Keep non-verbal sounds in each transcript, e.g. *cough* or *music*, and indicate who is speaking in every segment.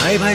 Speaker 1: 拍拍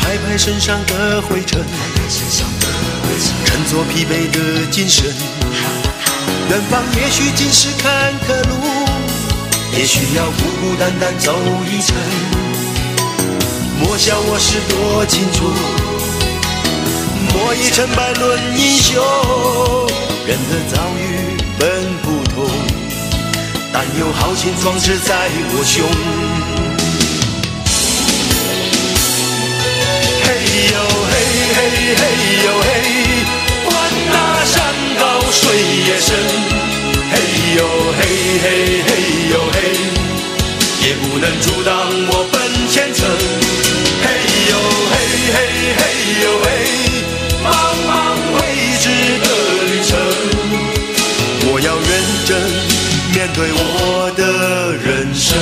Speaker 1: 拍拍身上的灰尘，振作疲惫的精神。远方也许尽是坎坷路，也需要孤孤单单走一程。莫笑我是多情处，莫以成败论英雄。人的遭遇本不同，但有豪情壮志在我胸。嘿呦嘿嘿嘿呦嘿，管那山高水也深，嘿呦嘿嘿嘿呦嘿，也不能阻挡我奔前程。嘿呦嘿嘿嘿呦嘿，茫茫未知的旅程，我要认真面对我的人生。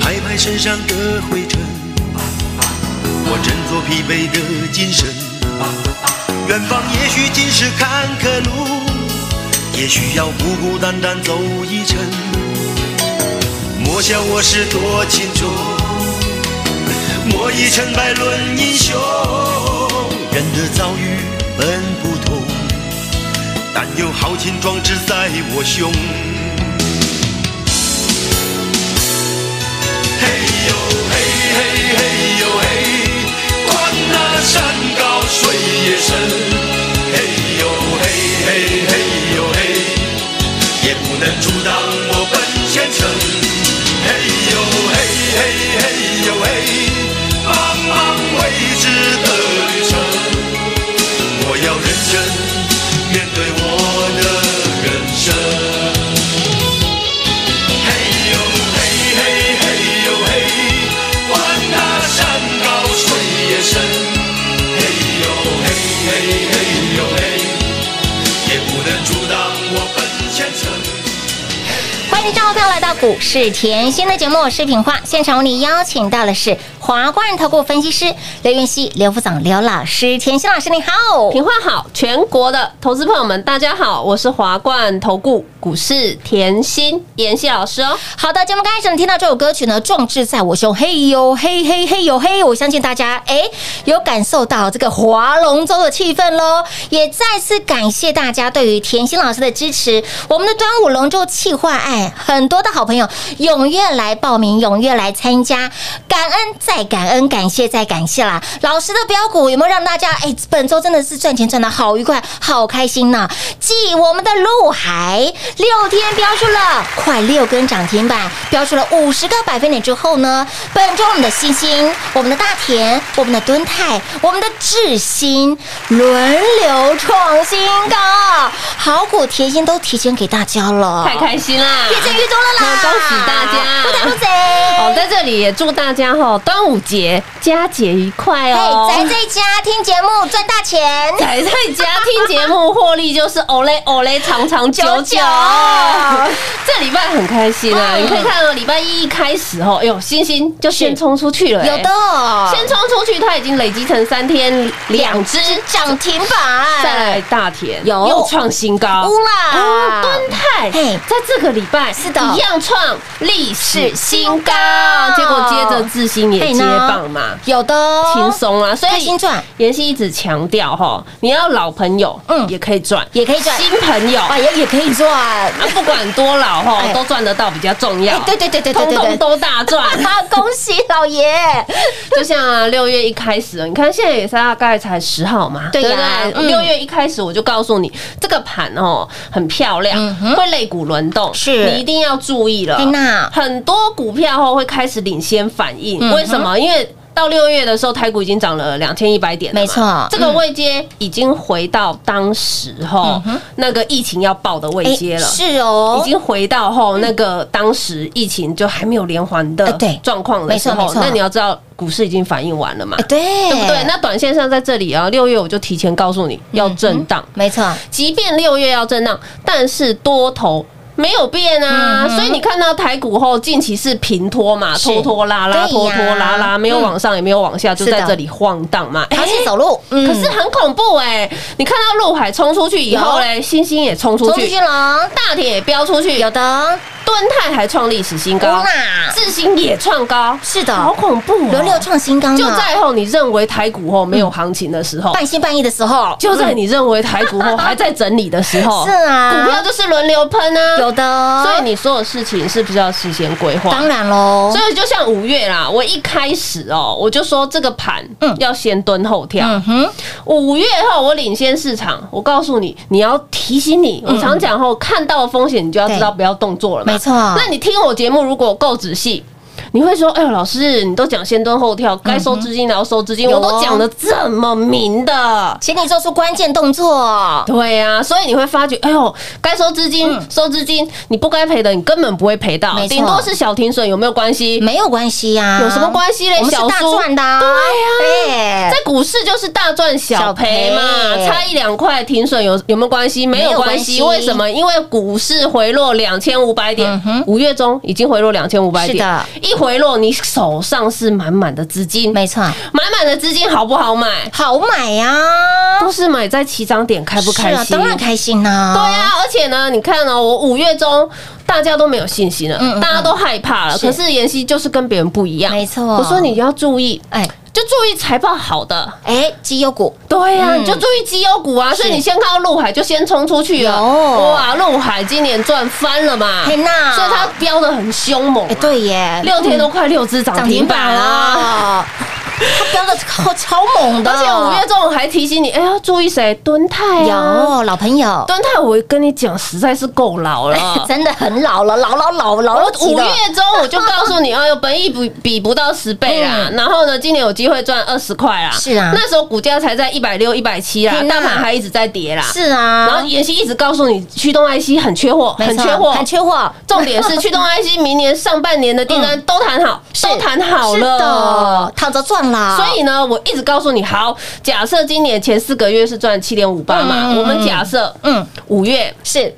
Speaker 1: 拍拍身上的灰尘，我振作疲惫的精神。远方也许尽是坎坷路，也需要孤孤单单走一程。莫笑我是多情种，莫以成败论英雄。人的遭遇本不同，但有豪情壮志在我胸。嘿呦嘿嘿嘿呦嘿，管那山高水也深，嘿呦嘿嘿嘿呦嘿，也不能阻挡我奔前程。嘿呦嘿嘿嘿呦嘿，茫茫未知的旅程，我要认真面对我的人生。嘿呦嘿嘿嘿呦嘿，管他山高水也深，嘿呦嘿嘿嘿呦嘿，也不能阻挡我奔前程。
Speaker 2: 欢迎各位朋友来到股市甜心的节目，我是品化。现场为你邀请到的是华冠投顾分析师刘云熙、刘副总、刘老师。甜心老师你好，
Speaker 3: 平话好，全国的投资朋友们，大家好，我是华冠投顾股市甜心妍希老师哦。
Speaker 2: 好的，节目刚开始呢，听到这首歌曲呢，《壮志在我胸》，嘿呦嘿嘿嘿呦嘿，我相信大家哎有感受到这个划龙舟的气氛喽，也再次感谢大家对于甜心老师的支持。我们的端午龙舟企划案，很多的好朋友踊跃来报名，踊跃来参加，感恩再感恩，感谢再感谢啦。老师的标股有没有让大家哎本周真的是赚钱赚的好愉快，好开心呐、继我们的陆海六天标出了快六根涨停板，标出了五十个百分点之后呢，本周我们的星星、我们的大田、我们的敦泰、我们的智新轮流创新高，好股甜心都提前给大家了，
Speaker 3: 太开心啦！
Speaker 2: 越战越中了啦！
Speaker 3: 那恭喜大家
Speaker 2: 不打不贼。
Speaker 3: 哦，在这里也祝大家哈、端午节佳节愉快哦！
Speaker 2: 嘿，宅在家听节目赚大钱，
Speaker 3: 宅在家听节目获利就是 ole ole 长长久久。哦，这礼拜很开心啊！
Speaker 2: 嗯
Speaker 3: 你可以看到礼拜一开始哦，哎呦，星星就先冲出去了、哎
Speaker 2: 有的，哦，
Speaker 3: 先冲出去，它已经累积成三天两只，
Speaker 2: 涨停板，
Speaker 3: 再来大田
Speaker 2: 哎有
Speaker 3: 又创新高，
Speaker 2: 乌啦
Speaker 3: 哦敦泰
Speaker 2: 嘿
Speaker 3: 在这个礼拜
Speaker 2: 是的
Speaker 3: 一样创历史新高
Speaker 2: 高，
Speaker 3: 结果接着智新也
Speaker 2: 嘿
Speaker 3: 接
Speaker 2: 呢
Speaker 3: 棒嘛，
Speaker 2: 有的哦
Speaker 3: 轻松啊，所
Speaker 2: 开
Speaker 3: 以
Speaker 2: 心赚，
Speaker 3: 妍希一直强调哈，你要老朋友，
Speaker 2: 嗯
Speaker 3: 嗯，也可以赚，
Speaker 2: 也可以赚
Speaker 3: 新朋友。
Speaker 2: 哇，
Speaker 3: 啊，
Speaker 2: 哎也也可以赚，
Speaker 3: 不管多老
Speaker 2: 哎
Speaker 3: 哈，都赚得到比较重要
Speaker 2: 哎。对对对对对对哎
Speaker 3: 通
Speaker 2: 对
Speaker 3: 通都大赚。
Speaker 2: 啊，恭喜老爷，
Speaker 3: 就像啊六月一开始，你看现在也是大概才十号嘛，
Speaker 2: 对呀
Speaker 3: 不
Speaker 2: 嗯
Speaker 3: 对？六月一开始我就告诉你，这个盘哦很漂亮
Speaker 2: 嗯哼，
Speaker 3: 会肋骨轮动，
Speaker 2: 是哎
Speaker 3: 你一定要注意了
Speaker 2: 嘿娜。
Speaker 3: 很多股票后会开始领先反应
Speaker 2: 嗯，哼
Speaker 3: 为什么？因为到六月的时候，台股已经涨了两千一百点了嘛，
Speaker 2: 没错
Speaker 3: 哎
Speaker 2: 嗯
Speaker 3: 这个位阶已经回到当时哈
Speaker 2: 嗯哼
Speaker 3: 那个疫情要爆的位
Speaker 2: 哎
Speaker 3: 阶了，
Speaker 2: 是哦，
Speaker 3: 已经回到后那个当时疫情就还没有连环
Speaker 2: 呃
Speaker 3: 的
Speaker 2: 对
Speaker 3: 状况的时
Speaker 2: 没错
Speaker 3: 候
Speaker 2: 没，错
Speaker 3: 那你要知道股市已经反应完了嘛
Speaker 2: 哎，对，嗯
Speaker 3: 对不对？那短线上在这里啊，六月我就提前告诉你要震荡，哎
Speaker 2: 没错，
Speaker 3: 即便六月要震荡，但是多头。没有变啊，
Speaker 2: 嗯哼
Speaker 3: 所以你看到台股后近期是平拖嘛，
Speaker 2: 是
Speaker 3: 拖拖拉拉，
Speaker 2: 对
Speaker 3: 拖
Speaker 2: 呀
Speaker 3: 拖拉拉，没有往上也没有往下，就是
Speaker 2: 的
Speaker 3: 在这里晃荡嘛。
Speaker 2: 开
Speaker 3: 哎
Speaker 2: 始走路，嗯
Speaker 3: 可是很恐怖哎、你看到陆海冲出去以后嘞，星星也冲出
Speaker 2: 冲出
Speaker 3: 去，
Speaker 2: 去了，
Speaker 3: 大铁也飙出去，
Speaker 2: 有的，
Speaker 3: 敦泰还创历史新
Speaker 2: 乌
Speaker 3: 高，
Speaker 2: 啦，
Speaker 3: 智新也创高，
Speaker 2: 是啊的
Speaker 3: 好恐怖、哦，
Speaker 2: 轮流创新高呢，
Speaker 3: 就在后你认为台股后
Speaker 2: 嗯
Speaker 3: 没有行情的时候，
Speaker 2: 半信半疑的时候，
Speaker 3: 就在你认为台股
Speaker 2: *laughs*
Speaker 3: 后还在整理的时候，
Speaker 2: 是啊
Speaker 3: 股票就是轮流喷啊，
Speaker 2: 有的，
Speaker 3: 所以你所有事情是不是要事先规划？
Speaker 2: 当然喽
Speaker 3: 所，以就像五月啦，我一开始哦，我就说这个盘
Speaker 2: 嗯
Speaker 3: 要先蹲后跳，
Speaker 2: 嗯哼，
Speaker 3: 五月后我领先市场，我告诉你，你要提醒你，我常讲后看到风险，你就要知道
Speaker 2: 嗯对
Speaker 3: 不要动作了嘛。
Speaker 2: 没错
Speaker 3: 那你听我节目如果够仔细。你会说，哎呦，老师，你都讲先蹲后跳，该收资金的要收资金，
Speaker 2: 有哦
Speaker 3: 我都讲的这么明的，
Speaker 2: 请你做出关键动作，
Speaker 3: 对呀、所以你会发觉，哎呦，该收资金、收资金，你不该赔的你根本不会赔到
Speaker 2: 嗯没，错
Speaker 3: 顶多是小停损，有没有关系？
Speaker 2: 没有关系呀，
Speaker 3: 有什么关系嘞
Speaker 2: 我们是
Speaker 3: 小啊
Speaker 2: 大
Speaker 3: 叔
Speaker 2: 赚的啊，对呀，
Speaker 3: 在股市就是大赚小赔嘛
Speaker 2: 哎小赔，
Speaker 3: 差一两块停损有有没有关系？没有关
Speaker 2: 没
Speaker 3: 系，
Speaker 2: 有关系
Speaker 3: 为什么？因为股市回落两千五百点
Speaker 2: 嗯哼，
Speaker 3: 五月中已经回落两千五百
Speaker 2: 是
Speaker 3: 点
Speaker 2: 的，
Speaker 3: 一回落你手上是满满的资金，
Speaker 2: 没错，
Speaker 3: 满满的资金好不好买？
Speaker 2: 好买呀，
Speaker 3: 都是买在起涨点，开不开
Speaker 2: 嗯是
Speaker 3: 心？
Speaker 2: 啊当然开嗯心啦，
Speaker 3: 对啊，而且呢，你看哦，我五月中大家都没有信心了，
Speaker 2: 嗯嗯嗯
Speaker 3: 大家都害怕了。
Speaker 2: 是
Speaker 3: 可是妍希就是跟别人不一样，
Speaker 2: 没错
Speaker 3: 我说你要注意，
Speaker 2: 哎
Speaker 3: 就注意财报好的。
Speaker 2: 哎，绩优股
Speaker 3: 对呀、
Speaker 2: 嗯
Speaker 3: 你就注意绩优股啊，所以你先看到陆海就先冲出去了。
Speaker 2: 有
Speaker 3: 哇，陆海今年赚翻了嘛，
Speaker 2: 嘿娜
Speaker 3: 啊所以它飙的很凶猛、
Speaker 2: 哎，对耶，嗯
Speaker 3: 六天都快六只涨停板啦。
Speaker 2: 了，它飙啊的超超猛的，
Speaker 3: 而且五月中我还提醒你，哎，要注意谁？敦泰啊，
Speaker 2: 有老朋友，
Speaker 3: 敦泰，我跟你讲，实在是够老
Speaker 2: *laughs*
Speaker 3: 了。
Speaker 2: 真的很老了，老老老老
Speaker 3: 我
Speaker 2: *laughs* 了级
Speaker 3: 五
Speaker 2: 了，
Speaker 3: 月中我就告诉你，哎呦，本益比比不到十倍
Speaker 2: *laughs*
Speaker 3: 啦，然后呢，今年有机会赚二十块啦。
Speaker 2: 嗯是啊
Speaker 3: 那时候股价才在一百六、一百七啦
Speaker 2: 天，哪
Speaker 3: 大盘还一直在跌啦。
Speaker 2: 是啊，
Speaker 3: 然后妍希一直告诉你，驱动 IC 很缺货，
Speaker 2: 没
Speaker 3: 很
Speaker 2: 错
Speaker 3: 缺货，
Speaker 2: 很缺货，
Speaker 3: 重点是驱动 IC 明年上半年的订单都谈
Speaker 2: *laughs*
Speaker 3: 好，都谈好
Speaker 2: 是
Speaker 3: 了。啊
Speaker 2: 的，躺着赚啦，
Speaker 3: 所以呢，我一直告诉你，好，假设今年前四个月是赚七点五八嘛，
Speaker 2: 嗯嗯嗯
Speaker 3: 我们假设，
Speaker 2: 嗯
Speaker 3: 嗯，五月
Speaker 2: 是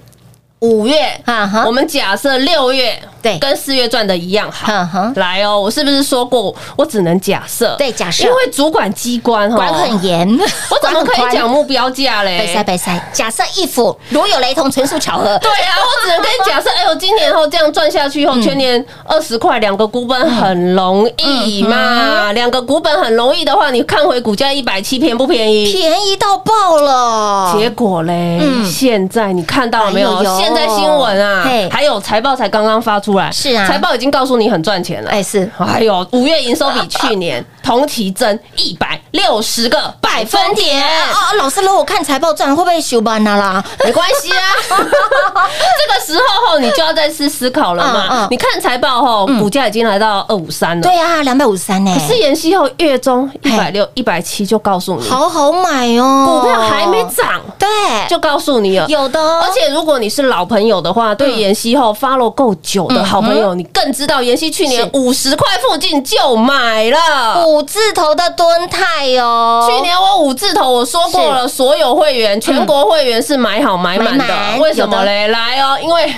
Speaker 3: 五月，
Speaker 2: 啊哈
Speaker 3: 我们假设六月
Speaker 2: 对
Speaker 3: 跟四月赚的一样好
Speaker 2: 嗯哼。
Speaker 3: 来哦，我是不是说过，我只能假设？
Speaker 2: 对假设
Speaker 3: 因为主管机关哦
Speaker 2: 管很严，
Speaker 3: 我怎么可以讲
Speaker 2: 管很宽？
Speaker 3: 目标价嘞？
Speaker 2: 北塞北塞，假设一府如有雷同，纯属巧合。
Speaker 3: 对啊，我只能跟你假设，哎呦，今年后这样赚下
Speaker 2: 嗯
Speaker 3: 去后，全年二十块两个股本很容易
Speaker 2: 嗯
Speaker 3: 嘛，两个股本很容易的话，你看回股价一百七便不便宜？
Speaker 2: 便宜到爆了，
Speaker 3: 结果嘞
Speaker 2: 哦嗯，
Speaker 3: 现在你看到了没
Speaker 2: 哎
Speaker 3: 有
Speaker 2: 呦？呦
Speaker 3: 现在新闻啊
Speaker 2: 嘿，
Speaker 3: 还有财报才刚刚发出来，
Speaker 2: 是啊
Speaker 3: 财报已经告诉你很赚钱了。
Speaker 2: 哎是
Speaker 3: 哎呦，五月营收比去年同期增一百六十个百分点。
Speaker 2: 啊！老师，如果我看财报赚，会不会休班了啦？
Speaker 3: *laughs* 没关
Speaker 2: *laughs*
Speaker 3: 系啊，这个时候后你就要再次思考了
Speaker 2: 嗯
Speaker 3: 嘛
Speaker 2: 嗯。
Speaker 3: 你看财报后，股价已经来到二五三了。
Speaker 2: 对啊，两百五十三呢，
Speaker 3: 可是妍希后月中
Speaker 2: 嘿
Speaker 3: 一百六、一百七就告诉你，
Speaker 2: 好好买哦，
Speaker 3: 股票还没涨，
Speaker 2: 对，
Speaker 3: 就告诉你了。
Speaker 2: 有的嗯哦，
Speaker 3: 而且如果你是老朋友的话，对妍希后 follow 够久的好朋友，你更知道妍希去
Speaker 2: 嗯
Speaker 3: 年
Speaker 2: 是
Speaker 3: 五十块附近就买了。
Speaker 2: 五字头的敦泰哦，
Speaker 3: 去年我五字头我说过了，所有会员全国会员是买好买
Speaker 2: 买
Speaker 3: 满
Speaker 2: 满
Speaker 3: 的，为什
Speaker 2: 有的
Speaker 3: 么嘞？来哦，因为。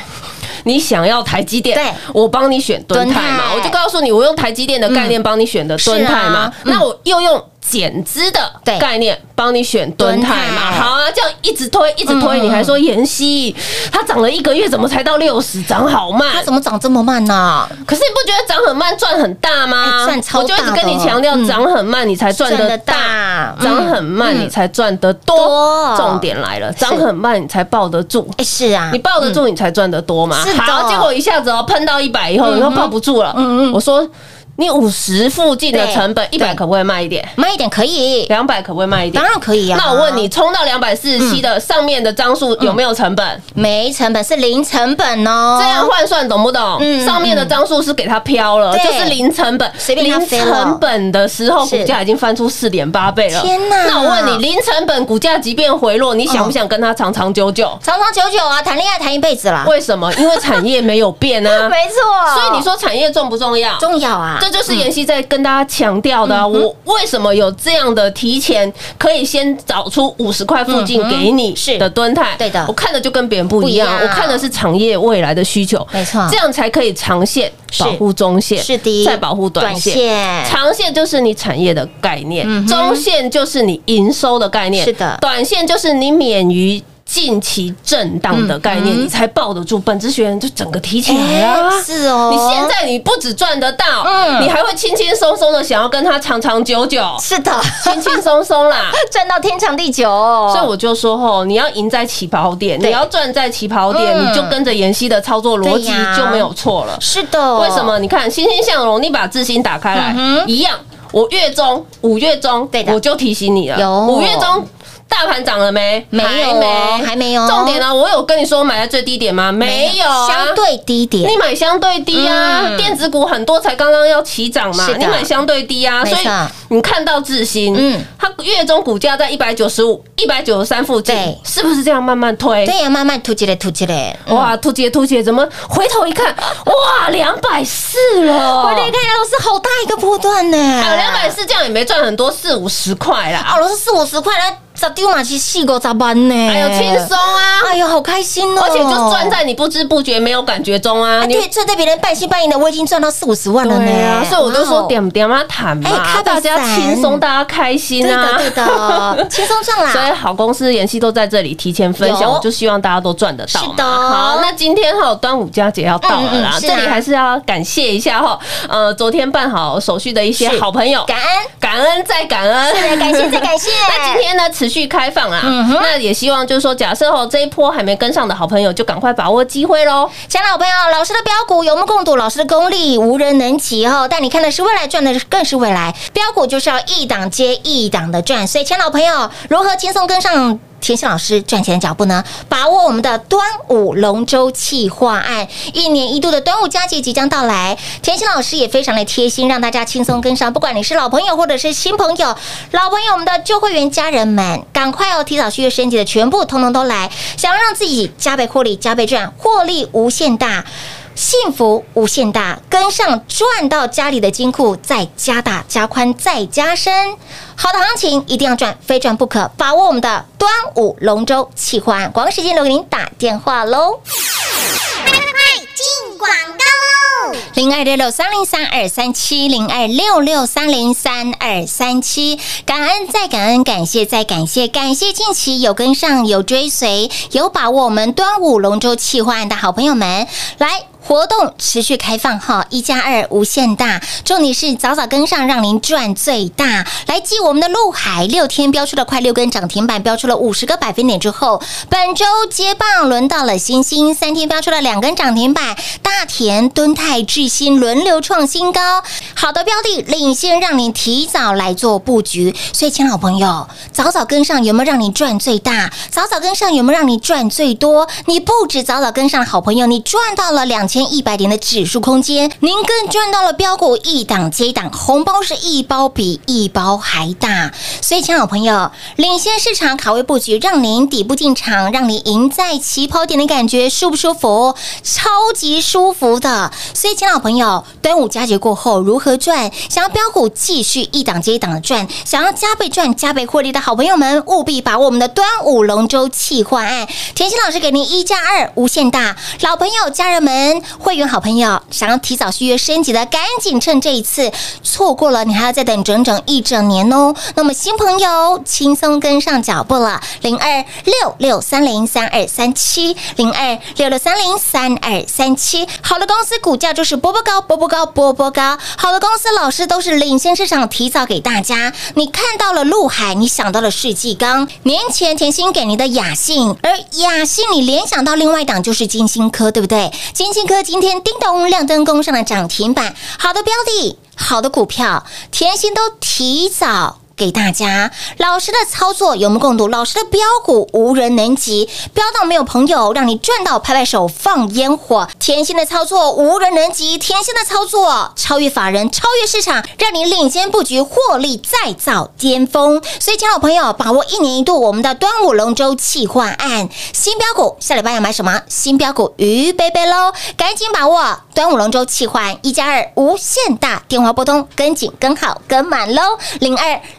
Speaker 3: 你想要台积电，
Speaker 2: 对
Speaker 3: 我帮你选敦泰
Speaker 2: 敦
Speaker 3: 嘛
Speaker 2: 泰，
Speaker 3: 我就告诉你，我用台积电的概念帮你选的敦泰嘛，
Speaker 2: 是啊嗯
Speaker 3: 那我又用减资的
Speaker 2: 对
Speaker 3: 概念帮你选敦泰嘛，
Speaker 2: 敦泰
Speaker 3: 好啊，这样一直推一直推，
Speaker 2: 嗯嗯
Speaker 3: 你还说妍希它涨了一个月，怎么才到六十，涨好慢
Speaker 2: 它，怎么涨这么慢呢？
Speaker 3: 可是你不觉得涨很慢赚很大吗？
Speaker 2: 哎赚超大的
Speaker 3: 我就一直跟你强调，
Speaker 2: 嗯
Speaker 3: 涨很慢你才赚
Speaker 2: 赚得
Speaker 3: 得
Speaker 2: 大
Speaker 3: 大，
Speaker 2: 嗯
Speaker 3: 涨很慢
Speaker 2: 嗯
Speaker 3: 你才赚得
Speaker 2: 多
Speaker 3: 多。重点来了，涨很慢你才抱得住。
Speaker 2: 哎，是啊，
Speaker 3: 你抱得住，你才赚得多嘛。
Speaker 2: 是的
Speaker 3: 好，结果一下子哦，喷到一百以后，你又抱不住了。
Speaker 2: 嗯嗯
Speaker 3: 我说你五十附近的
Speaker 2: 对
Speaker 3: 成本，一百可不可以卖一点？
Speaker 2: 慢一点可以，
Speaker 3: 两百可不可以卖一点
Speaker 2: 当？然可以啊。嗯
Speaker 3: 那我问你，，冲到两百四十七的上面的张数有没有成本？
Speaker 2: 没成本是零成本哦，
Speaker 3: 这样换算懂不懂？
Speaker 2: 嗯
Speaker 3: 上面的张数是给它飘了，
Speaker 2: 对
Speaker 3: 就是零成本，
Speaker 2: 随便它
Speaker 3: 零
Speaker 2: 飞了
Speaker 3: 成本的时候，
Speaker 2: 是
Speaker 3: 股价已经翻出四点八倍了。
Speaker 2: 天哪
Speaker 3: 那我问你，零成本股价即便回落，你想不想跟它长长久久？
Speaker 2: 长长久久啊，谈恋爱谈一辈子啦，嗯
Speaker 3: 为什么？因为产业没有变
Speaker 2: *laughs*
Speaker 3: 啊。
Speaker 2: 没错。
Speaker 3: 所以你说产业重不重要？
Speaker 2: 重要啊，嗯
Speaker 3: 这就是妍希在跟大家强调的、啊，我为什么有这样的提前，可以先找出五十块附近给你
Speaker 2: 嗯是
Speaker 3: 的蹲态，
Speaker 2: 对的
Speaker 3: 我看的就跟别人不一样
Speaker 2: 不一，样
Speaker 3: 我看的是产业未来的需求，
Speaker 2: 没错
Speaker 3: 这样才可以长线
Speaker 2: 是
Speaker 3: 保护中线，
Speaker 2: 是的
Speaker 3: 再保护短线。长线就是你产业的概念，
Speaker 2: 嗯哼
Speaker 3: 中线就是你营收的概念，
Speaker 2: 是的
Speaker 3: 短线就是你免于近期震荡的概念，
Speaker 2: 嗯哼
Speaker 3: 你才抱得住。本职学员就整个提起来啊，
Speaker 2: 哎，是哦，
Speaker 3: 你现在你不只赚得到，
Speaker 2: 嗯
Speaker 3: 你还会轻轻松松的想要跟他长长久
Speaker 2: *laughs*
Speaker 3: 久，
Speaker 2: 是的，
Speaker 3: 轻轻松松啦。
Speaker 2: 赚到天长地久，
Speaker 3: 所以我就说吼，你要赢在起跑点，
Speaker 2: 哦对
Speaker 3: 你要赚在起跑点，
Speaker 2: 嗯
Speaker 3: 你就跟着妍希的操作逻
Speaker 2: 对
Speaker 3: 辑
Speaker 2: 呀
Speaker 3: 就没有错了。
Speaker 2: 是的，
Speaker 3: 为什么？你看欣欣向荣，你把智新打开来，
Speaker 2: 嗯哼
Speaker 3: 一样。我月中、五月中，
Speaker 2: 对的
Speaker 3: 我就提醒你了。
Speaker 2: 有
Speaker 3: 五月中大盘涨了没？
Speaker 2: 没有哦
Speaker 3: 还没，
Speaker 2: 还没有
Speaker 3: 重点呢，我有跟你说买在最低点吗？没有啊，
Speaker 2: 相对低
Speaker 3: 你
Speaker 2: 点，
Speaker 3: 买相对低啊，
Speaker 2: 嗯
Speaker 3: 电子股很多才刚刚要起涨嘛
Speaker 2: 是，的
Speaker 3: 你买相对低啊，
Speaker 2: 没
Speaker 3: 所
Speaker 2: 错
Speaker 3: 以你看到智新，
Speaker 2: 嗯
Speaker 3: 嗯，它月中股价在一百九十五、一百九十三附近
Speaker 2: 对，
Speaker 3: 是不是这样慢慢推？
Speaker 2: 对呀，慢慢突起来，突起来，嗯，
Speaker 3: 哇，突姐突姐，怎么回头一看，哇，两百四了！啊
Speaker 2: 我啊那个老师好大一个波段呢，
Speaker 3: 两百四这样也没赚很多，四五十块啦。
Speaker 2: 啊，老师四五十块来咋丢嘛去细狗咋办呢？
Speaker 3: 哎呦，轻松啊！
Speaker 2: 哎呦，好开心哦！
Speaker 3: 而且就赚在你不知不觉、没有感觉中啊。
Speaker 2: 啊，
Speaker 3: 你
Speaker 2: 对，赚在别人半信半疑的，我已经赚到四五十万了
Speaker 3: 对
Speaker 2: 呢
Speaker 3: 啊，。所以我就
Speaker 2: 哇
Speaker 3: 说
Speaker 2: 哦
Speaker 3: 点点啊谈嘛
Speaker 2: 哎开，
Speaker 3: 大
Speaker 2: 个
Speaker 3: 家
Speaker 2: 伞
Speaker 3: 轻松，大家开心
Speaker 2: 对
Speaker 3: 啊
Speaker 2: 的，。对的，轻松上
Speaker 3: 所以
Speaker 2: 啦。
Speaker 3: 好公司妍希都在这里提前分享，
Speaker 2: 啊有
Speaker 3: 我就希望大家都赚得到嘛。
Speaker 2: 是的
Speaker 3: 好，那今天哈端午佳节要到了啦
Speaker 2: 嗯嗯，是啊
Speaker 3: 这里还是要感谢一下哈，呃，昨天办好手续的一些
Speaker 2: 是
Speaker 3: 好朋友，
Speaker 2: 感恩，
Speaker 3: 感恩再感恩，
Speaker 2: 感谢再感谢
Speaker 3: *laughs* 那今天呢，持续开放啦。
Speaker 2: 嗯哼
Speaker 3: 那也希望就是说，假设哦这一波还没跟上的好朋友，就赶快把握机会喽。
Speaker 2: 亲爱的好朋友，老师的标股有目共睹，老师的功力无人能及哈。但你看的是未来，赚的更是未来。标股就是要一档接一档的赚，所以，亲爱的好朋友，如何轻松跟上？田心老师赚钱的脚步呢？把握我们的端午龙舟企划案，一年一度的端午佳节即将到来。田心老师也非常的贴心，让大家轻松跟上。不管你是老朋友或者是新朋友，老朋友我们的旧会员家人们，赶快哦，提早续约升级的全部通通都来，想要让自己加倍获利、加倍赚，获利无限大。幸福无限大，跟上赚到家里的金库，再加大、加宽、再加深。好的行情一定要赚，非赚不可，把握我们的端午龙舟企划案。广告时间留给您打电话喽。零二六六三零三二三七零二六六三零三二三七，感恩再感恩，感谢再感谢，感谢近期有跟上、有追随、有把握我们端午龙舟企划案的好朋友们，来。活动持续开放哈，一加二无限大，重点是早早跟上，让您赚最大。来继我们的陆海六天标出了快六根涨停板，标出了五十个百分点之后，本周接棒轮到了星星，三天标出了两根涨停板，大田、敦泰、智新轮流创新高，好的标的领先让您提早来做布局。所以，亲爱的朋友，早早跟上有没有让你赚最大？早早跟上有没有让你赚最多？你不止早早跟上好朋友，你赚到了两千。千一百点的指数空间，您更赚到了标股一档接一档，红包是一包比一包还大。所以，亲爱的朋友，领先市场卡位布局，让您底部进场，让您赢在起跑点的感觉舒不舒服？超级舒服的。所以，亲爱的朋友，端午佳节过后如何赚？想要标股继续一档接一档的赚，想要加倍赚、加倍获利的好朋友们，务必把握我们的端午龙舟企划案。甜心老师给您一加二无限大，老朋友、家人们、会员好朋友，想要提早续约升级的，赶紧趁这一次，错过了你还要再等整整一整年哦。那么新朋友轻松跟上脚步了，零二六六三零三二三七，零二六六三零三二三七。好的公司股价就是波波高，波波高，波波高。好的公司老师都是领先市场，提早给大家。你看到了陆海，你想到了世纪钢，年前甜心给您的雅信，而雅信你联想到另外一档就是金星科，对不对？金星科今天叮咚亮灯攻上了涨停板，好的标的，好的股票，甜心都提早。给大家老师的操作有目共睹，老师的标股无人能及，标到没有朋友，让你赚到拍拍手放烟火。甜心的操作无人能及，甜心的操作超越法人，超越市场，让你领先布局，获利再造巅峰。所以，亲爱的朋友，把握一年一度我们的端午龙舟企划案，新标股下礼拜要买什么？新标股鱼贝贝喽，赶紧把握端午龙舟企划案一加二无限大，电话拨通，跟紧跟好跟满喽，零二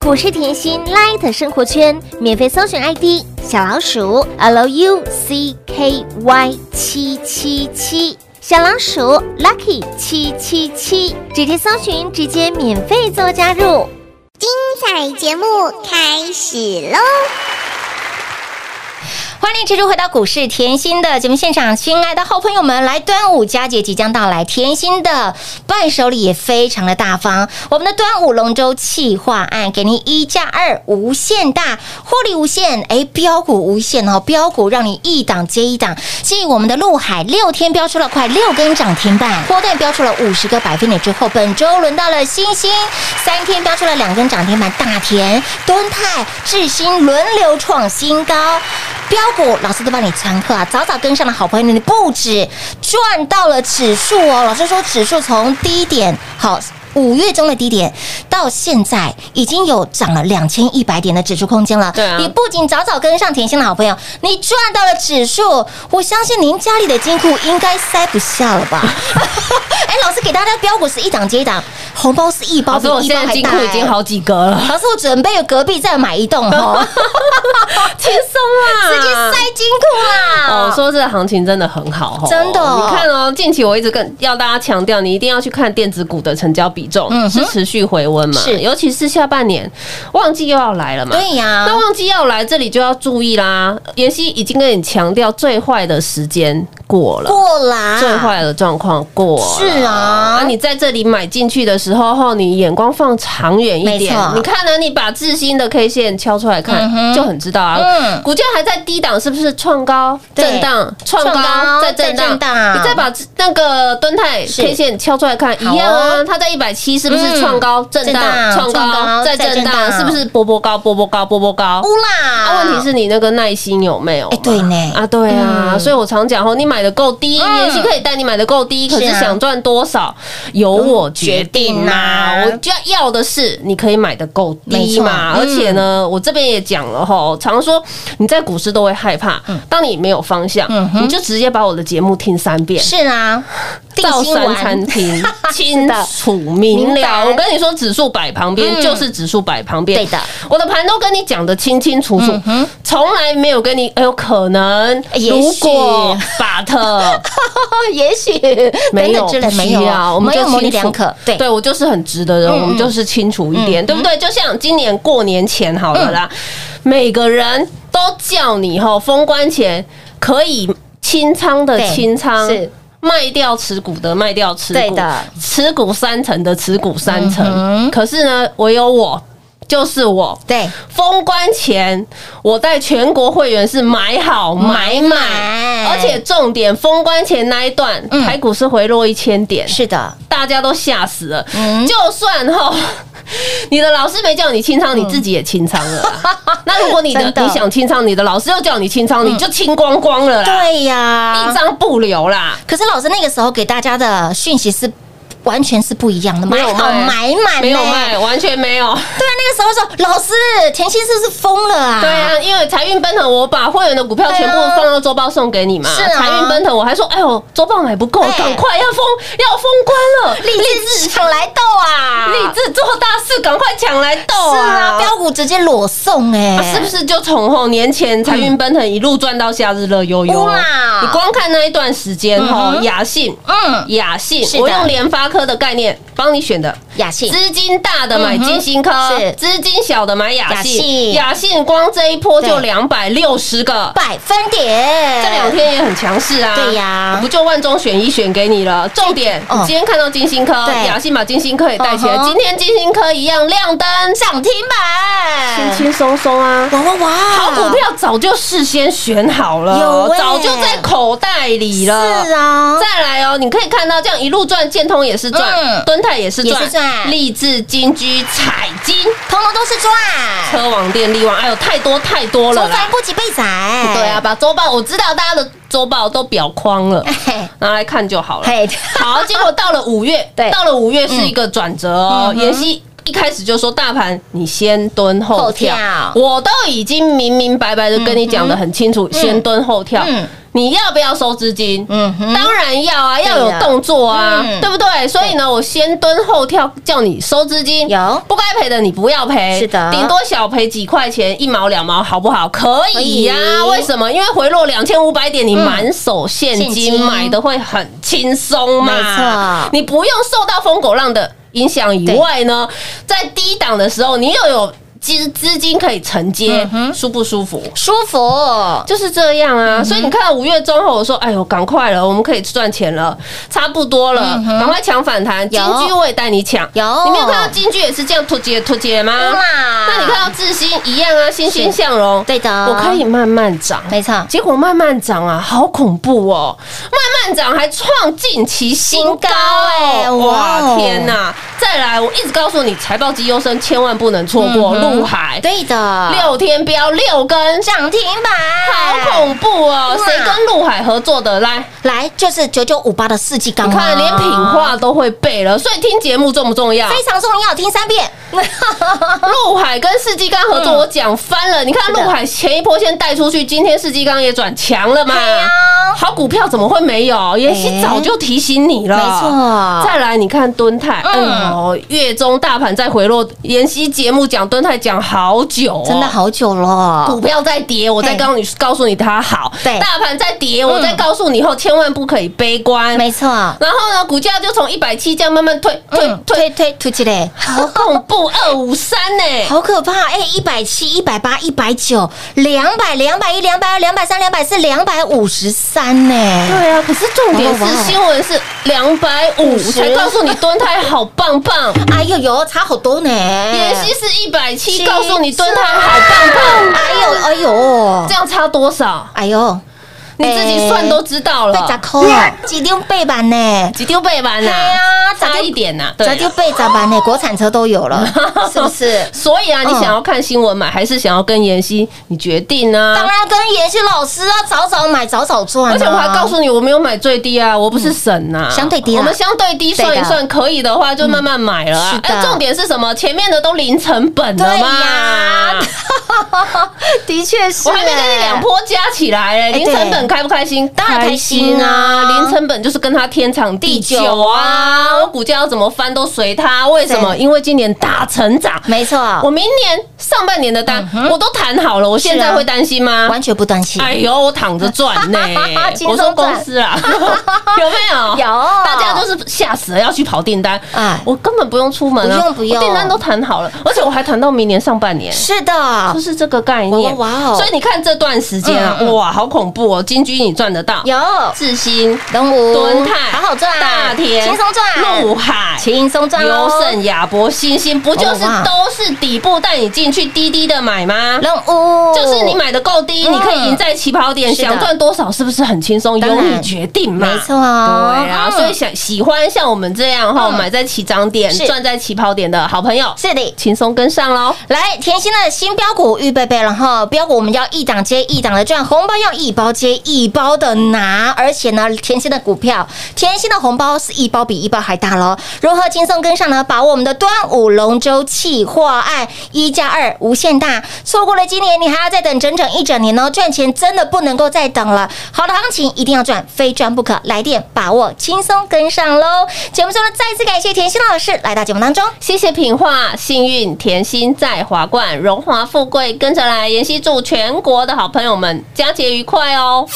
Speaker 4: 股市甜心 Light 生活圈免费搜寻 ID 小老鼠 Lucky 七七七，小老鼠 Lucky 七七七，直接搜寻，直接免费做加入。精彩节目开始喽！
Speaker 2: 欢迎持续回到股市甜心的节目现场，亲爱的好朋友们，来端午佳节即将到来，甜心的伴手礼也非常的大方。我们的端午龙舟企划案给您一加二无限大，获利无限，哎，标股无限哦，标股让你一档接一档。继我们的陆海六天标出了快六根涨停板，波段标出了五十个百分点之后，本周轮到了星星，三天标出了两根涨停板，大田、敦泰、智新轮流创新高。标股老师都帮你参课啊，早早跟上的好朋友，你不止赚到了指数哦。老师说指数从低点好。五月中的低点到现在已经有涨了两千一百点的指数空间了。
Speaker 3: 对啊
Speaker 2: 你不仅早早跟上甜心的好朋友，你赚到了指数，我相信您家里的金库应该塞不下了吧？哎，老师给大家标股是一档接一档，红包是一包
Speaker 3: 老
Speaker 2: 比
Speaker 3: 师，我
Speaker 2: 一
Speaker 3: 现
Speaker 2: 包
Speaker 3: 在
Speaker 2: 还
Speaker 3: 金
Speaker 2: 大、
Speaker 3: 库已经
Speaker 2: 哎
Speaker 3: 好几格了，
Speaker 2: 老师，我准备隔壁再买一栋
Speaker 3: *laughs*
Speaker 2: 哦，
Speaker 3: 轻 *laughs* 松
Speaker 2: 直接塞金库啦！
Speaker 3: 哦，说这个行情真的很好哦，
Speaker 2: 啊真的哦
Speaker 3: 你看哦，近期我一直跟要大家强调，你一定要去看电子股的成交比重、
Speaker 2: 嗯哼
Speaker 3: 是持续回温嘛，
Speaker 2: 是
Speaker 3: 尤其是下半年旺季又要来了嘛，
Speaker 2: 对呀
Speaker 3: 那，旺季要来，这里就要注意啦。妍希已经跟你强调，最坏的时间过了，
Speaker 2: 过啦，
Speaker 3: 最坏的状况过了。
Speaker 2: 是啊
Speaker 3: 啊，，你在这里买进去的时候，吼，你眼光放长远一
Speaker 2: 没
Speaker 3: 点
Speaker 2: 错。
Speaker 3: 你看呢、你把智新的 K 线敲出来看
Speaker 2: 嗯，哼
Speaker 3: 就很知道啊。
Speaker 2: 嗯
Speaker 3: 股价还在低档，是不是创高
Speaker 2: 对
Speaker 3: 震荡，创
Speaker 2: 创高
Speaker 3: 高再震
Speaker 2: 再震
Speaker 3: 荡？
Speaker 2: 荡
Speaker 3: 你再把那个敦泰
Speaker 2: 是
Speaker 3: K 线敲出来看，一
Speaker 2: 好哦
Speaker 3: 样啊，它在一百七，是不
Speaker 2: 嗯
Speaker 3: 是创高震
Speaker 2: 震
Speaker 3: 荡
Speaker 2: 荡，
Speaker 3: 创
Speaker 2: 创高
Speaker 3: 高再
Speaker 2: 再
Speaker 3: 震
Speaker 2: 震
Speaker 3: 荡？
Speaker 2: 荡
Speaker 3: 是不是波波高，波波高，波波高？
Speaker 2: 不啦。
Speaker 3: 啊，问题是你那个耐心有没有嘛？
Speaker 2: 哎对呢
Speaker 3: 啊，对啊，
Speaker 2: 嗯
Speaker 3: 所以我常讲哦，你买的够低，
Speaker 2: 嗯
Speaker 3: 妍希可以带你买的够低，可
Speaker 2: 是
Speaker 3: 是
Speaker 2: 啊
Speaker 3: 想赚多少由我决定呐、
Speaker 2: 嗯决定啊
Speaker 3: 我就要的是你可以买的够低嘛，
Speaker 2: 没错嗯
Speaker 3: 而且呢，我这边也讲了吼，常说你在股市都会害怕，当你没有方向，
Speaker 2: 嗯嗯哼
Speaker 3: 你就直接把我的节目听三遍，
Speaker 2: 是啊，定
Speaker 3: 造
Speaker 2: 心
Speaker 3: 山餐
Speaker 2: 丸， *laughs*
Speaker 3: 厅清楚明
Speaker 2: 明白
Speaker 3: 了。我跟你说，指数摆旁边
Speaker 2: 嗯
Speaker 3: 就是指数摆旁边。
Speaker 2: 对的，
Speaker 3: 我的盘都跟你讲的清清楚楚
Speaker 2: 嗯哼，
Speaker 3: 从来没有跟你哎有可能
Speaker 2: 也
Speaker 3: 如
Speaker 2: 许
Speaker 3: 果 but
Speaker 2: *laughs* 也许
Speaker 3: 没有
Speaker 2: 等等之类
Speaker 3: 不
Speaker 2: 没
Speaker 3: 需
Speaker 2: 有
Speaker 3: 要我们
Speaker 2: 没
Speaker 3: 就
Speaker 2: 有模棱
Speaker 3: 清楚
Speaker 2: 两可，对，
Speaker 3: 对我就是很直的人，
Speaker 2: 嗯嗯
Speaker 3: 我们就是清楚一点，
Speaker 2: 嗯
Speaker 3: 对不对？就像今年过年前好了啦，每个人都叫你吼封关前可以清仓的
Speaker 2: 对
Speaker 3: 清仓，
Speaker 2: 是
Speaker 3: 卖掉持股的卖掉持股，
Speaker 2: 对的，
Speaker 3: 持股三成的持股三成。
Speaker 2: 嗯哼
Speaker 3: 可是呢，唯有我就是我，
Speaker 2: 对，
Speaker 3: 封关前，我带全国会员是买好买
Speaker 2: 买
Speaker 3: 满，
Speaker 2: 满
Speaker 3: 而且重点，封关前那一段，
Speaker 2: 嗯
Speaker 3: 台股是回落一千点，
Speaker 2: 是的，
Speaker 3: 大家都吓死了。
Speaker 2: 嗯
Speaker 3: 就算哈， *laughs* 你的老师没叫你清仓，你自己也清仓
Speaker 2: *laughs*
Speaker 3: 了啦。那如果你的
Speaker 2: 嗯真的嗯
Speaker 3: 你想清仓，你的老师又叫你清仓，你就清光光了啦，
Speaker 2: 对啊呀
Speaker 3: 一。张不留啦。
Speaker 2: 可是老师那个时候给大家的讯息是完全是不一样的，
Speaker 3: 没
Speaker 2: 买
Speaker 3: 有
Speaker 2: 好
Speaker 3: 卖
Speaker 2: 买满，
Speaker 3: 没有。卖，完全没有。
Speaker 2: 对啊，那个时候说老师田心是不是疯了啊？
Speaker 3: 对啊，因为财运奔腾，我把会员的股票全部
Speaker 2: 对啊
Speaker 3: 放到周报送给你嘛。
Speaker 2: 是啊
Speaker 3: 财运奔腾，我还说，哎呦，周报买不够，
Speaker 2: 对
Speaker 3: 赶快要封要封关了，
Speaker 2: 励志抢来斗啊，
Speaker 3: 立志做大事，赶快抢来斗
Speaker 2: 是啊，
Speaker 3: 啊！
Speaker 2: 标股直接裸送哎、
Speaker 3: 啊是不是就从后年前财运奔腾一路赚到夏日乐悠悠？
Speaker 2: 哇
Speaker 3: 你光看那一段时间哈
Speaker 2: 嗯，哼
Speaker 3: 雅信，
Speaker 2: 嗯，
Speaker 3: 雅信
Speaker 2: 是，的
Speaker 3: 我用联发科的概念帮你选的，
Speaker 2: 雅信
Speaker 3: 资金大的买
Speaker 2: 嗯哼
Speaker 3: 金星科，
Speaker 2: 是
Speaker 3: 资金小的买雅
Speaker 2: 雅信
Speaker 3: 信，雅信光这一波就
Speaker 2: 对
Speaker 3: 两百六十个。
Speaker 2: 百分点，
Speaker 3: 这两天也很强势啊，
Speaker 2: 对呀
Speaker 3: 我不就万中选一选给你了？重点，
Speaker 2: 嗯
Speaker 3: 你今天看到金星科，
Speaker 2: 对
Speaker 3: 雅信把金星科也带起来
Speaker 2: 嗯，哼
Speaker 3: 今天金星科一样亮灯，
Speaker 2: 涨停
Speaker 3: 轻
Speaker 2: 板，
Speaker 3: 轻松松啊。
Speaker 2: 哇哇哇，
Speaker 3: 好股票早就事先选好了，
Speaker 2: 有欸
Speaker 3: 早就在口袋里了。
Speaker 2: 是啊，
Speaker 3: 再来哦，你可以看到这样一路赚，建通也是赚，
Speaker 2: 嗯
Speaker 3: 敦泰也是
Speaker 2: 也是哎
Speaker 3: 赚，
Speaker 2: 赚
Speaker 3: 励志金居彩金、
Speaker 2: 通通都是赚，
Speaker 3: 车网电力网，哎呦，太多太多了
Speaker 2: 周哎
Speaker 3: 啦
Speaker 2: 转。不及被宰，
Speaker 3: 对啊，，把周报我知道大家的周报都裱框了，
Speaker 2: 嘿
Speaker 3: 拿来看就好了。
Speaker 2: *laughs* 哎嘿，
Speaker 3: 好，结果到了五月，
Speaker 2: *laughs* 对嗯
Speaker 3: 到了五月是一个转折哦。妍希一开始就说大盘你先蹲后跳
Speaker 2: 后跳，
Speaker 3: 我都已经明明白白的跟你讲的很清楚，先蹲后跳
Speaker 2: 嗯，
Speaker 3: 你要不要收资金？
Speaker 2: 嗯哼，
Speaker 3: 当然要啊，要有动作啊，
Speaker 2: 嗯
Speaker 3: 对不对？所以呢，我先蹲后跳，叫你收资金，
Speaker 2: 有
Speaker 3: 不该赔的你不要赔，
Speaker 2: 是的
Speaker 3: 顶多小赔几块钱，一毛两毛，好不好？可以呀、
Speaker 2: 可以
Speaker 3: 为什么？因为回落两千五百点，你满手现
Speaker 2: 现
Speaker 3: 金
Speaker 2: 金
Speaker 3: 买的会很轻松嘛，
Speaker 2: 没错
Speaker 3: 你不用受到疯狗浪的影响以外呢，在低档的时候，你又有资资金可以承接
Speaker 2: 嗯，哼
Speaker 3: 舒不舒服？
Speaker 2: 舒服，
Speaker 3: 就是这样
Speaker 2: 嗯
Speaker 3: 啊，所以你看五月中后，我说，哎呦，赶快了，我们可以赚钱了，差不多了，赶、快抢反弹。金
Speaker 2: 嗯有
Speaker 3: 居我也带你抢，
Speaker 2: 有
Speaker 3: 你没有看到金居也是这样突解突解吗？
Speaker 2: 哇
Speaker 3: 啊那你看到智新一样啊，欣欣向荣，
Speaker 2: 对的
Speaker 3: 我可以慢慢涨，
Speaker 2: 没错，
Speaker 3: 结果慢慢涨啊，好恐怖哦！慢慢涨还创近期新高
Speaker 2: 新高
Speaker 3: 哎、
Speaker 2: 哎哇哦
Speaker 3: 哇天哪！再来，我一直告诉你，财报绩优生千万不能错过，
Speaker 2: 嗯哼
Speaker 3: 陆海
Speaker 2: 对啊的，
Speaker 3: 六天标六根
Speaker 2: 涨停板，
Speaker 3: 好恐怖哦！
Speaker 2: 哇
Speaker 3: 谁跟陆海合作的？来，
Speaker 2: 来就是九九五八的世纪钢
Speaker 3: 你
Speaker 2: 啊，
Speaker 3: 看连品化都会背了，所以听节目重不重要？
Speaker 2: 非常重要，听三遍，
Speaker 3: 陆海跟世纪刚合作，
Speaker 2: 嗯
Speaker 3: 我讲翻了。你看
Speaker 2: 的
Speaker 3: 陆海前一波先带出去，今天世纪刚也转强了嘛？
Speaker 2: 啊
Speaker 3: 好股票怎么会没有？妍希早就提醒你了，
Speaker 2: 没错嗯
Speaker 3: 再来，你看敦泰，哎呦，月中大盘再回落，妍希节目讲敦泰讲好久哦，
Speaker 2: 真的好久
Speaker 3: 股
Speaker 2: 了，
Speaker 3: 票在跌，我再告诉你告诉你它好；
Speaker 2: 对
Speaker 3: 大盘在跌，我再告诉你以后千万不可以悲观。
Speaker 2: 没错，
Speaker 3: 然后呢，股价就从一百七这样慢慢退退
Speaker 2: 嗯，推
Speaker 3: 退，
Speaker 2: 推推起来，
Speaker 3: 好恐怖，二五三呢。
Speaker 2: 好可怕！哎、1一百七、一百八、一百九、两百、两百一、两百二、两百三、两百四、两百五十三呢。
Speaker 3: 对啊，可是重点
Speaker 2: 哇哇
Speaker 3: 是
Speaker 2: 哇
Speaker 3: 新闻是两百五，
Speaker 2: 50
Speaker 3: 才告诉你蹲泰好棒棒，
Speaker 2: 哎呦呦，差好多呢！
Speaker 3: 妍希是一百七，
Speaker 2: 是
Speaker 3: 告诉你蹲泰好棒棒，
Speaker 2: 哎呦哎呦
Speaker 3: 这，样差多少？
Speaker 2: 哎呦，
Speaker 3: 你自己算都知道
Speaker 2: 被砸
Speaker 3: 了，
Speaker 2: 扣几丢背板呢？
Speaker 3: 几丢背完
Speaker 2: 对
Speaker 3: 呐？
Speaker 2: 啊咋
Speaker 3: 差
Speaker 2: 丢
Speaker 3: 一点呐，对
Speaker 2: 砸
Speaker 3: 啊
Speaker 2: 丢背砸板呢？国产车都有
Speaker 3: *laughs*
Speaker 2: 了，是不是？
Speaker 3: 所以啊，你
Speaker 2: 嗯
Speaker 3: 想要看新闻买，还是想要跟妍希，你决定
Speaker 2: 当
Speaker 3: 啊。
Speaker 2: 然跟妍希老师啊，早早买早早赚、啊。
Speaker 3: 而且我还告诉你，我没有买最低啊，我不是省呐、啊
Speaker 2: 嗯相对低啦嗯
Speaker 3: 我们相对低算一算，可以的话就慢慢买了、
Speaker 2: 是
Speaker 3: 啊。
Speaker 2: 的
Speaker 3: 哎，重点是什么？前面的都零成本
Speaker 2: 对
Speaker 3: 的
Speaker 2: 呀
Speaker 3: 嘛，
Speaker 2: 的确是、
Speaker 3: 我还没跟你两波加起来、欸，
Speaker 2: 哎
Speaker 3: 零成
Speaker 2: 对
Speaker 3: 本本开不开心？
Speaker 2: 当然开心啊
Speaker 3: 零成本就是跟他天长地久啊！我股价要怎么翻都随他，为什么？
Speaker 2: 对
Speaker 3: 因为今年大成长，
Speaker 2: 没错，嗯
Speaker 3: 我明年上半年的单我都谈好了，我现在会担心吗？
Speaker 2: 完全不担心。
Speaker 3: *laughs* 哎呦，我躺着赚呢
Speaker 2: *laughs* 轻！松赚
Speaker 3: 我说公司啊， *laughs* 有没有？
Speaker 2: *laughs* 有啊
Speaker 3: 大家都是吓死了，要去跑订单。
Speaker 2: 哎
Speaker 3: 我根本不用出门啊，
Speaker 2: 不用不用
Speaker 3: 我订单都谈好了，而且我还谈到明年上半年。
Speaker 2: 是的
Speaker 3: 就，是这个概念，
Speaker 2: 哇哇哇哦
Speaker 3: 所以你看这段时间啊，
Speaker 2: 嗯嗯
Speaker 3: 哇，好恐怖哦！金居你赚得到，
Speaker 2: 有
Speaker 3: 智新、
Speaker 2: 龙武
Speaker 3: 敦泰、
Speaker 2: 好好赚，
Speaker 3: 大田
Speaker 2: 轻松赚，
Speaker 3: 陆哎海、
Speaker 2: 轻松赚
Speaker 3: 优
Speaker 2: 哦。
Speaker 3: 胜、亚博、星星，不就是
Speaker 2: 哦哇
Speaker 3: 都是底部带你进去低低的买吗？
Speaker 2: 龙武
Speaker 3: 就是你买的够低，
Speaker 2: 嗯
Speaker 3: 你可以赢在起跑点，
Speaker 2: 哦是的
Speaker 3: 想赚多少是不是很轻松？
Speaker 2: 当
Speaker 3: 由
Speaker 2: 然
Speaker 3: 你决定嘛，
Speaker 2: 没错哦
Speaker 3: 对啊，
Speaker 2: 嗯
Speaker 3: 所以想喜欢像我们这样哈，买在起涨点
Speaker 2: 是
Speaker 3: 赚在起跑点的好朋友，
Speaker 2: 是的。
Speaker 3: 轻松跟上喽。
Speaker 2: 来，甜心的新标股预备备了哈，标股我们要一档接一档的赚，红包要一包接一包的拿，而且呢，甜心的股票，甜心的红包是一包比一包还大喽。如何轻松跟上呢？把握我们的端午龙舟企划案一加二无限大，错过了今年，你还要再等整整一整年哦。赚钱真的不能够再等了，好的行情一定要赚，非赚不可，来电把握，轻松跟上喽。节目中呢，再次感谢甜心老师来到节目当中。
Speaker 3: 谢谢品画，幸运甜心在华冠，荣华富贵跟着来。妍希祝全国的好朋友们佳节愉快哦！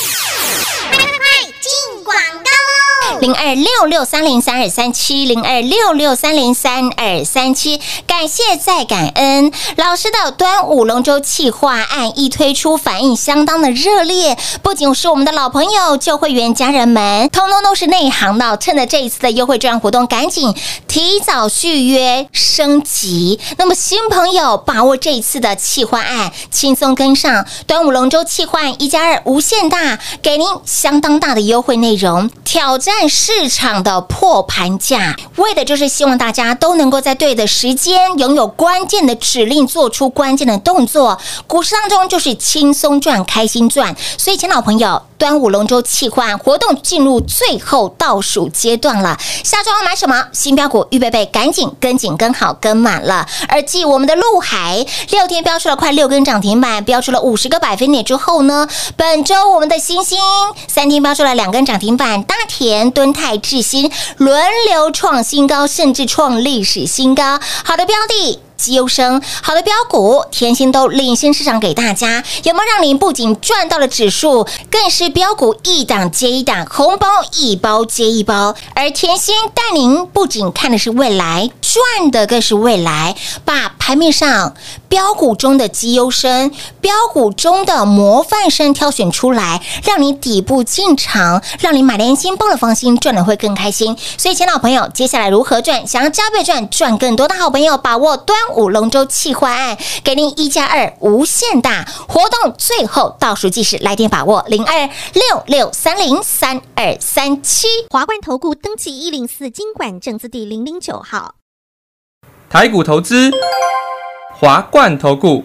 Speaker 4: 进广告喽！
Speaker 2: 零二六六三零三二三七零二六六三零三二三七。感谢再感恩老师的端午龙舟企划案一推出，反应相当的热烈，不仅是我们的老朋友、旧会员家人们，通通都是内行的哦。趁着这一次的优惠券活动，赶紧提早续约升级。那么新朋友把握这一次的企划案，轻松跟上端午龙舟企划案一加二无限大，给您相当大的优惠内容，挑战市场的破盘价，为的就是希望大家都能够在对的时间拥有关键的指令，做出关键的动作。股市当中就是轻松赚、开心赚，所以，亲老朋友，端午龙舟企划活动进入最后倒数阶段了，下周要啊买什么新标股，预备备，赶紧跟紧、跟好、跟满了。而继我们的陆海六天标出了快六根涨停板，标出了五十个百分点之后呢，本周我们的星星三天标出了两根涨停板，大田、敦泰、智新轮流创新高，甚至创历史新高。好的标的。绩优生，好的标股，甜心都领先市场给大家，有没有让您不仅赚到了指数，更是标股一档接一档，红包一包接一包？而甜心带您不仅看的是未来，赚的更是未来，把盘面上标股中的绩优生、标股中的模范生挑选出来，让你底部进场，让你买的安心，抱了放心，赚的会更开心。所以，亲老朋友，接下来如何赚？想要加倍赚，赚更多的好朋友，把握端午龙舟企划案，给您一加二无限大活动，最后倒数计时，来电把握零二六六三零三二三七。
Speaker 4: 华冠投顾登记一零四经管证字第零零九号，
Speaker 5: 台股投资，华冠投顾。